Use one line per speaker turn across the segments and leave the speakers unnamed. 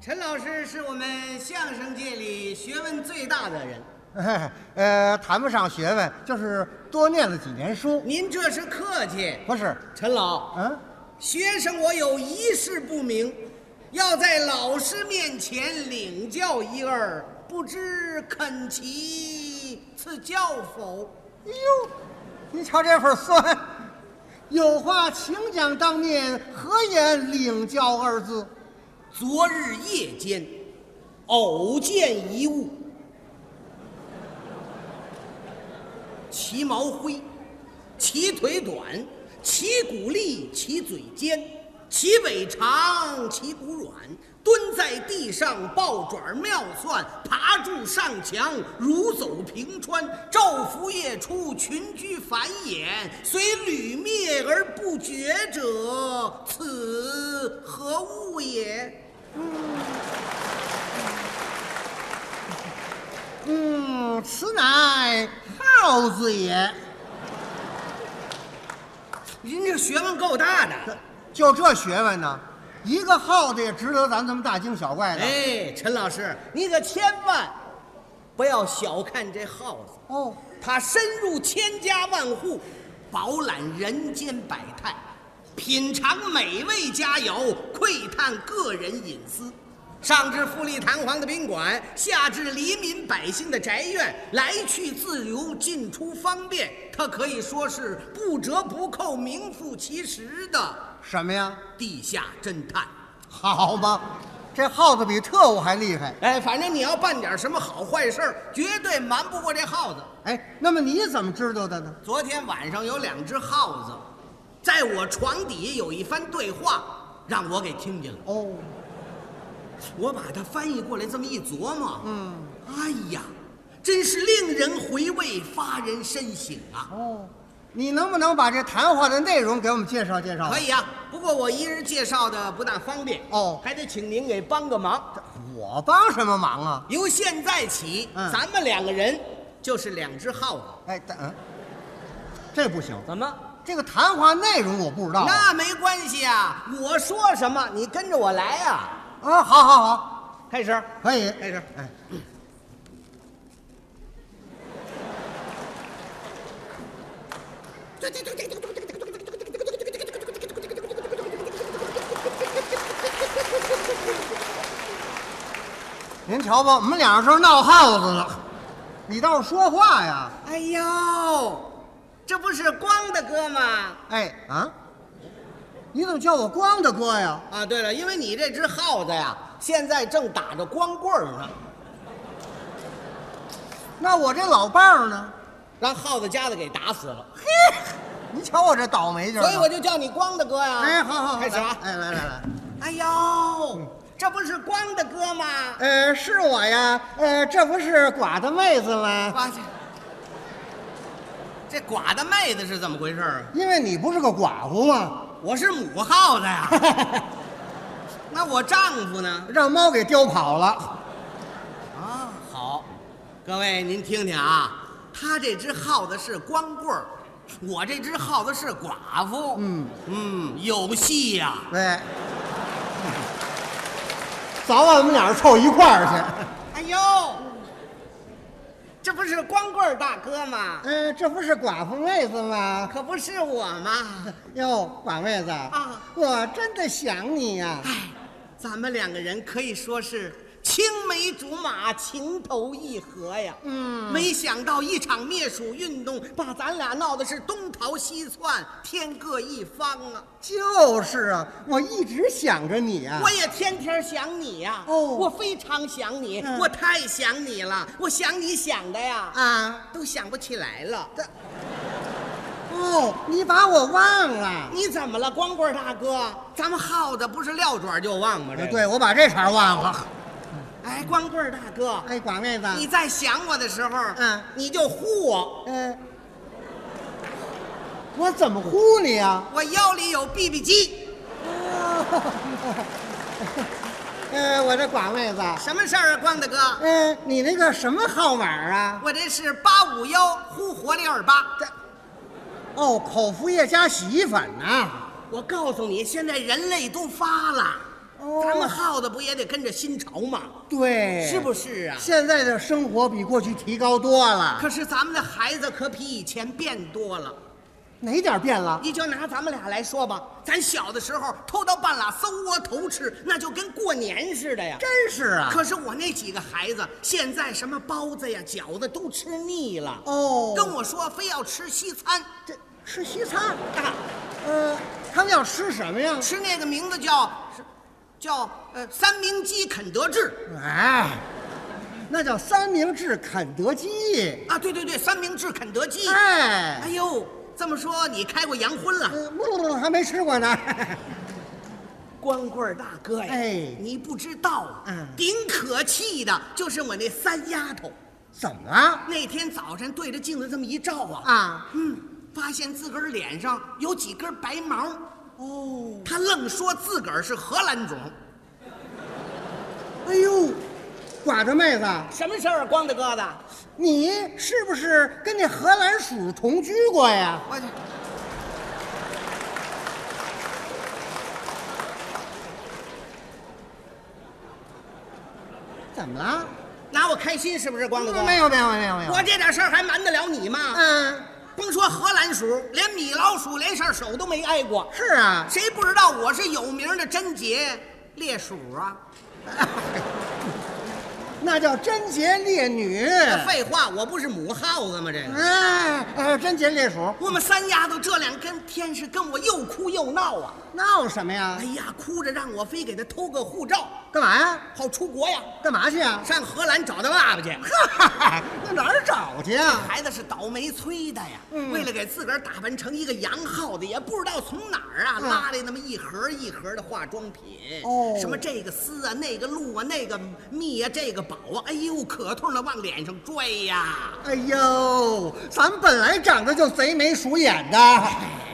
陈老师是我们相声界里学问最大的人，
呃，谈不上学问，就是多念了几年书。
您这是客气。
不是，
陈老，
嗯，
学生我有一事不明，要在老师面前领教一二，不知肯其赐教否？
哎呦，您瞧这份酸， 有话请讲当面，何言领教二字？
昨日夜间，偶见一物，其毛灰，其腿短，其骨立，其嘴尖，其尾长，其骨软，蹲在地上抱爪妙算，爬柱上墙如走平川。昼伏夜出，群居繁衍，虽屡灭而不绝者，此何物也？
嗯，此乃耗子也。
您这学问够大的。
就这学问呢，一个耗子也值得咱这么大惊小怪的。
哎，陈老师，你可千万不要小看这耗子，
哦，
它深入千家万户，饱览人间百态，品尝美味佳肴，窥探个人隐私。上至富丽堂皇的宾馆，下至黎民百姓的宅院，来去自由，进出方便，它可以说是不折不扣、名副其实的
什么呀？
地下侦探。
好吧，这耗子比特务还厉害。
哎，反正你要办点什么好坏事儿，绝对瞒不过这耗子。
哎，那么你怎么知道的呢？
昨天晚上有两只耗子，在我床底下有一番对话，让我给听见了。
哦，
我把它翻译过来，这么一琢磨，嗯，哎呀，真是令人回味，发人深省啊。
哦，你能不能把这谈话的内容给我们介绍介绍？
可以啊，不过我一日介绍的不大方便
哦
还得请您给帮个忙。
我帮什么忙啊？
由现在起，
嗯
咱们两个人就是两只耗子，
哎，但嗯，这不行，
怎么？
这个谈话内容我不知道啊。
那没关系啊，我说什么你跟着我来呀、
啊，好好好，
开始，
可以。
开始。
哎，您瞧吧，我们俩是闹耗子了，你倒是说话呀！
哎呦，这不是光的哥吗？
哎啊，你怎么叫我光大哥呀？
啊，对了，因为你这只耗子呀，现在正打着光棍儿呢，
那我这老伴儿呢？
让耗子家子给打死了，
嘿，你瞧我这倒霉劲儿的。啊
所以我就叫你光的哥呀。
哎，好好好，
开始啊。
来来来来，
哎呦，这不是光的哥吗？
呃，是我呀，呃，这不是寡的妹子吗？
哇塞，这寡的妹子是怎么回事儿啊？
因为你不是个寡妇吗？
我是母耗子呀， 那我丈夫呢？
让猫给叼跑了。
啊，好，各位您听听啊，他这只耗子是光棍儿，我这只耗子是寡妇。
嗯
嗯，有戏呀、
对，早晚我们俩人凑一块儿去。
哎呦，这不是光棍儿大哥吗？
呃，这不是寡妇妹子吗？
可不是我嘛！
哟，寡妹子
啊，
我真的想你呀、
哎，咱们两个人可以说是青梅竹马，情投意合呀。
嗯
没想到一场灭鼠运动把咱俩闹的是东逃西窜，天各一方啊！
就是啊，我一直想着你啊呀、
我也天天想你呀、
哦
我非常想你，
嗯
我太想你了，我想你想的呀，
啊，
都想不起来了。
哦，你把我忘了。
你怎么了，光棍大哥？咱们耗子不是撂爪就忘吗？这个，
对，我把这茬忘了。
哎，光棍大哥，
哎，寡妹子，
你在想我的时候，
嗯
你就呼我，
呃，我怎么呼你啊呀、
我腰里有 BB 机，
呃，我这寡妹子，
什么事儿啊，光大哥？
呃，你那个什么号码啊？
我这是八五幺呼活力二八。
哦，口服液加洗衣粉呐、
我告诉你，现在人类都发了，
哦
咱们耗子不也得跟着新潮吗？
对，
是不是啊？
现在的生活比过去提高多了，
可是咱们的孩子可比以前变多了。
哪点变了？
你就拿咱们俩来说吧，咱小的时候偷到半拉蜂窝头吃，那就跟过年似的呀。
真是啊
可是我那几个孩子现在什么包子呀、饺子都吃腻了，
哦，
跟我说非要吃西餐，
这吃西餐，
啊，
呃，他们要吃什么呀？
吃那个名字叫是叫呃三明鸡肯德基
哎，那叫三明治肯德基。
啊，对对对，三明治肯德基。哎
哎，
呦，这么说你开过洋荤了？
呃不不不，还没吃过呢。
光棍儿大哥呀，
哎
你不知道啊，
嗯
顶可气的就是我那三丫头。
怎么了？
那天早晨对着镜子这么一照啊，
啊，
嗯，发现自个儿脸上有几根白毛，
哦，
她愣说自个儿是荷兰种。
哎呦，寡着妹子，
什么事儿，光大哥的？
你是不是跟那荷兰鼠同居过呀？
我去。
怎么了？
拿我开心是不是，光大哥？
嗯没有没有没有没有
我。这点事儿还瞒得了你吗？
嗯，
甭说荷兰鼠，连米老鼠连事儿手都没挨过，
是啊，
谁不知道我是有名的贞洁烈鼠啊？
那叫贞洁烈女。
废话，我不是母耗子吗？这个，
哎，呃，贞洁烈鼠，
我们三丫头这两天天是跟我又哭又闹啊！
闹什么呀
哎？呀，哭着让我非给她偷个护照，
干嘛呀？
好出国呀，
干嘛去啊？
上荷兰找她爸爸去。
嗨，那哪儿找去啊？
孩子是倒霉催的呀，
嗯
为了给自个儿打扮成一个洋耗子，也不知道从哪儿啊、
嗯
拉来那么一盒一盒的化妆品，
哦
什么这个丝啊、那个露啊、那个蜜啊、这个宝啊，哎呦，可痛的往脸上拽呀！
哎呦，咱本来长得就贼眉鼠眼的，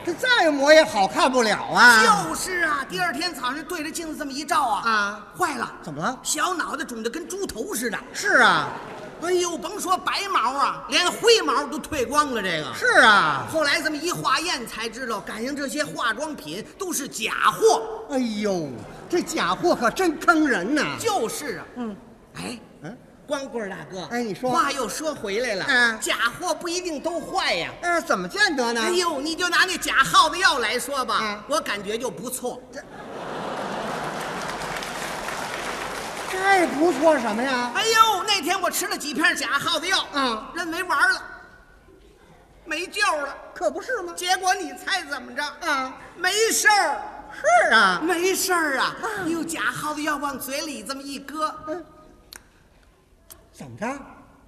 这再磨也好看不了啊。
就是啊，第二天早上对着镜子这么一照啊，
啊，
坏了，
怎么了？
小脑袋肿得跟猪头似的。
是啊，
哎呦，甭说白毛啊，连灰毛都退光了。这个
是啊。
后来这么一化验才知道，感情这些化妆品都是假货。
哎呦，这假货可真坑人呐。
就是啊，
嗯
哎，
嗯，
光棍儿大哥，
哎你说
话又说回来了，
嗯
假货不一定都坏呀。
呃，怎么见得呢？
哎呦，你就拿那假耗子药来说吧，
嗯
我感觉就不错。
这不错什么呀？
哎呦，那天我吃了几片假耗子药，
嗯
认为玩儿了，没救了。
可不是吗？
结果你猜怎么着？
啊，
没事儿。
是啊。
没事儿啊，又假耗子要往嘴里这么一搁，
嗯，怎么着？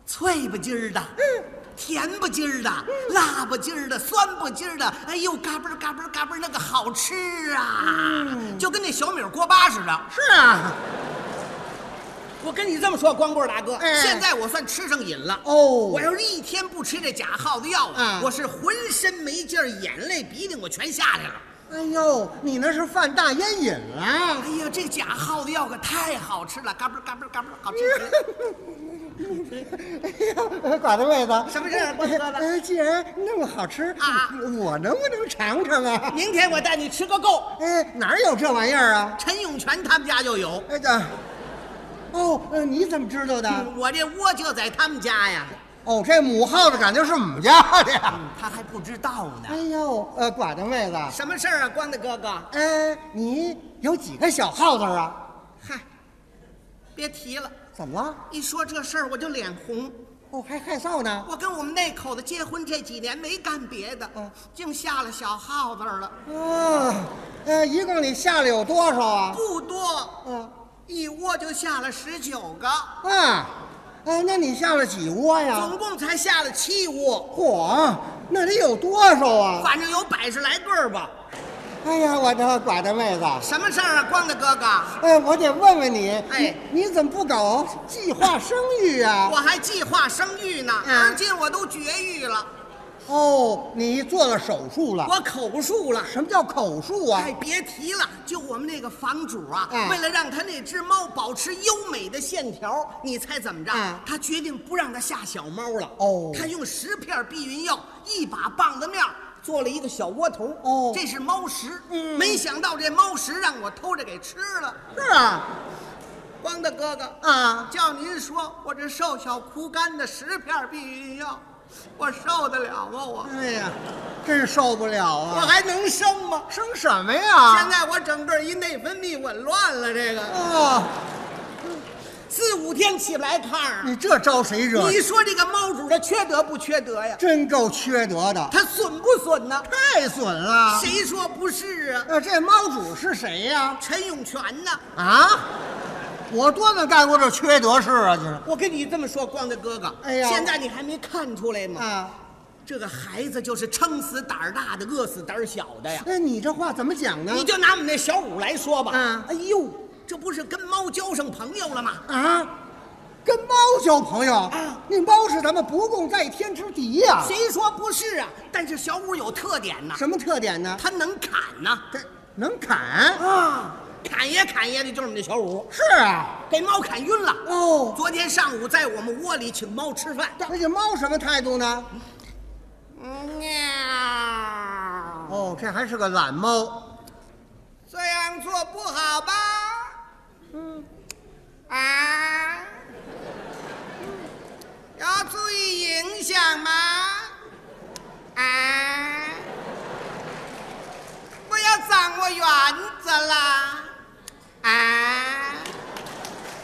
脆吧唧儿的，
嗯
甜吧唧儿的，辣吧唧儿的，酸吧唧儿的，哎呦，嘎嘣儿嘎嘣儿嘎嘣儿，那个好吃啊，
嗯
就跟那小米锅巴似的。
是啊。
我跟你这么说，光棍儿大哥，
哎
现在我算吃上瘾了。
哦
我要是一天不吃这假耗子药啊，
嗯
我是浑身没劲儿，眼泪鼻涕我全下来了。
哎呦，你那是犯大烟瘾了
哎。呀，这假耗子药可太好吃了，嘎嘣儿嘎嘣儿嘎嘣儿，好吃死了。
哎 呀，寡的妹子，
什么事儿瓜子妹子
哎既然那么好吃
啊
我能不能尝尝啊？
明天我带你吃个够。
哎，哪儿有这玩意儿啊？
陈永泉他们家就有，
哎这，嗯哦，呃你怎么知道的？
嗯我这窝就在他们家呀，嗯
哦，这母耗子感情是我们家的呀。
他还不知道
哎
呢。
呦，呃，寡的妹子，
什么事儿啊，光大哥哥？
呃，你有几个小耗子啊？
嗨，别提了，
怎么了？
一说这事儿我就脸红。
哦，还害臊呢？
我跟我们那口子结婚这几年没干别的
嗯，
净下了小耗子了，
啊，呃，一共你下了有多少啊？
不多，
嗯
一窝就下了十九个，
啊，呃，那你下了几窝呀
总？共才下了七窝，
嚯，那得有多少啊？
反正有百十来对儿吧。
哎呀，我的寡的妹子，
什么事儿啊，光大哥哥？
哎，我得问问你，
哎
你，你怎么不搞计划生育啊
我？还计划生育呢，
嗯
而今我都绝育了，
哦，你做了手术了？
我口述了。
什么叫口述啊
哎，？别提了，就我们那个房主啊，
哎
为了让他那只猫保持优美的线条，你猜怎么着？
哎
他决定不让它下小猫了。
哦
他用十片避孕药，一把棒子面儿做了一个小窝头。
哦
这是猫食。
嗯
没想到这猫食让我偷着给吃了。
是啊，
光大哥哥，
啊，
叫您说，我这瘦小枯干的十片避孕药，我受得了吗？我
哎呀，真受不了
我
啊！
还能生吗？
生什么呀？
现在我整个一内分泌紊乱了，这个
哦，
四五天起不来炕儿。啊
你这招谁惹？
你说这个猫主他缺德不缺德呀？
真够缺德的，
他损不损呢？
太损了！
谁说不是啊？
呃，这猫主是谁呀、
陈永泉呢？
啊？我多能干过这缺德事啊！就是，
我跟你这么说，光大哥哥，
哎呀
现在你还没看出来吗？
啊，
这个孩子就是撑死胆儿大的，饿死胆儿小的呀。
那哎你这话怎么讲呢？
你就拿我们那小五来说吧，
嗯
哎呦，这不是跟猫交上朋友了吗？
啊，跟猫交朋友
啊
那猫是咱们不共戴天之敌呀、
谁说不是啊？但是小五有特点呐，
什么特点呢？
他能砍呐，
这能砍？
啊，砍也砍也的，就是我们这小五，
是啊，
给猫砍晕了。
哦，
昨天上午在我们窝里请猫吃饭，
那这猫什么态度呢？
喵，
哦，这还是个懒猫。
这样做不好吧？嗯，啊，要注意影响吗？啊，不要掌握原则啦！啊，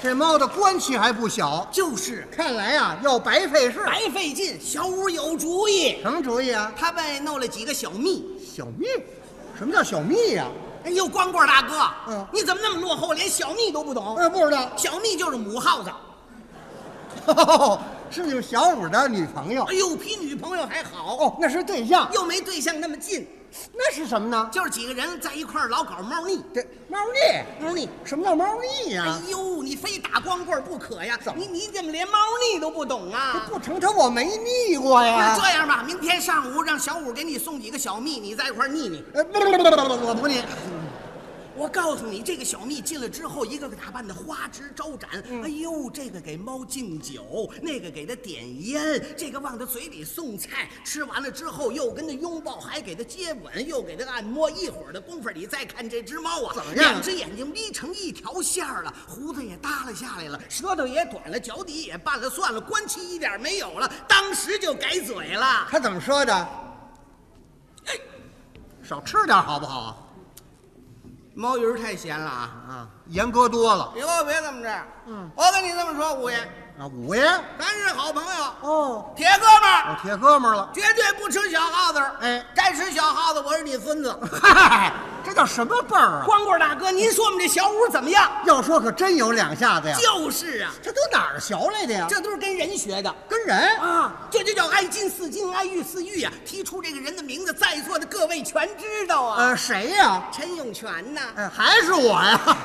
这猫的官气还不小，
就是
看来啊要白费事。
白费劲。小五有主意，
什么主意啊？
他外弄了几个小蜜。
小蜜？什么叫小蜜呀、
哎呦，光棍大哥，
嗯
你怎么那么落后，连小蜜都不懂？
我也哎不知道。
小蜜就是母耗子，
哦，是你们小五的女朋友
哎呦，比女朋友还好，
哦，那是对象，
又没对象那么近，
那是什么呢？
就是几个人在一块儿老搞猫腻，
这猫腻，
猫腻。
什么叫猫腻呀、
哎呦，你非打光棍不可呀
嗯怎！么
你你怎么连猫腻都不懂
这
啊？
不成，他我没腻过
那
呀。
这样吧，明天上午让小五给你送几个小蜜，你在一块儿腻腻。
呃，不不不不不不，我不腻。
我告诉你，这个小蜜进来之后，一个个打扮的花枝招展。哎呦，这个给猫敬酒，那个给它点烟，这个往它嘴里送菜，吃完了之后又跟它拥抱，还给它接吻，又给它按摩。一会儿的功夫，你再看这只猫啊，
怎么样
两只眼睛眯成一条线儿了，胡子也耷拉下来了，舌头也短了，脚底也拌了蒜了，关系一点没有了，当时就改嘴了。
他怎么说的？少吃点好不好啊？
猫鱼太咸了啊！
啊，严格多了
以后别这么着。嗯，我跟你这么说，五爷。
啊，五爷。
咱是好朋友，
哦，
铁哥们儿，
我铁哥们儿了。
绝对不吃小耗子。
哎嗯
该吃小耗子，我是你孙子。
嗨，这叫什么辈儿啊？
光棍大哥，您说我们这小五怎么样？
要说可真有两下子呀。
就是啊，
这都哪儿学来的呀？
这都是跟人学的
跟人
啊，这就叫爱金似金，爱玉似玉啊。提出这个人的名字，在
嗯
座的各位全知道啊。
呃，谁呀、
陈永泉呐、
哎，还是我呀！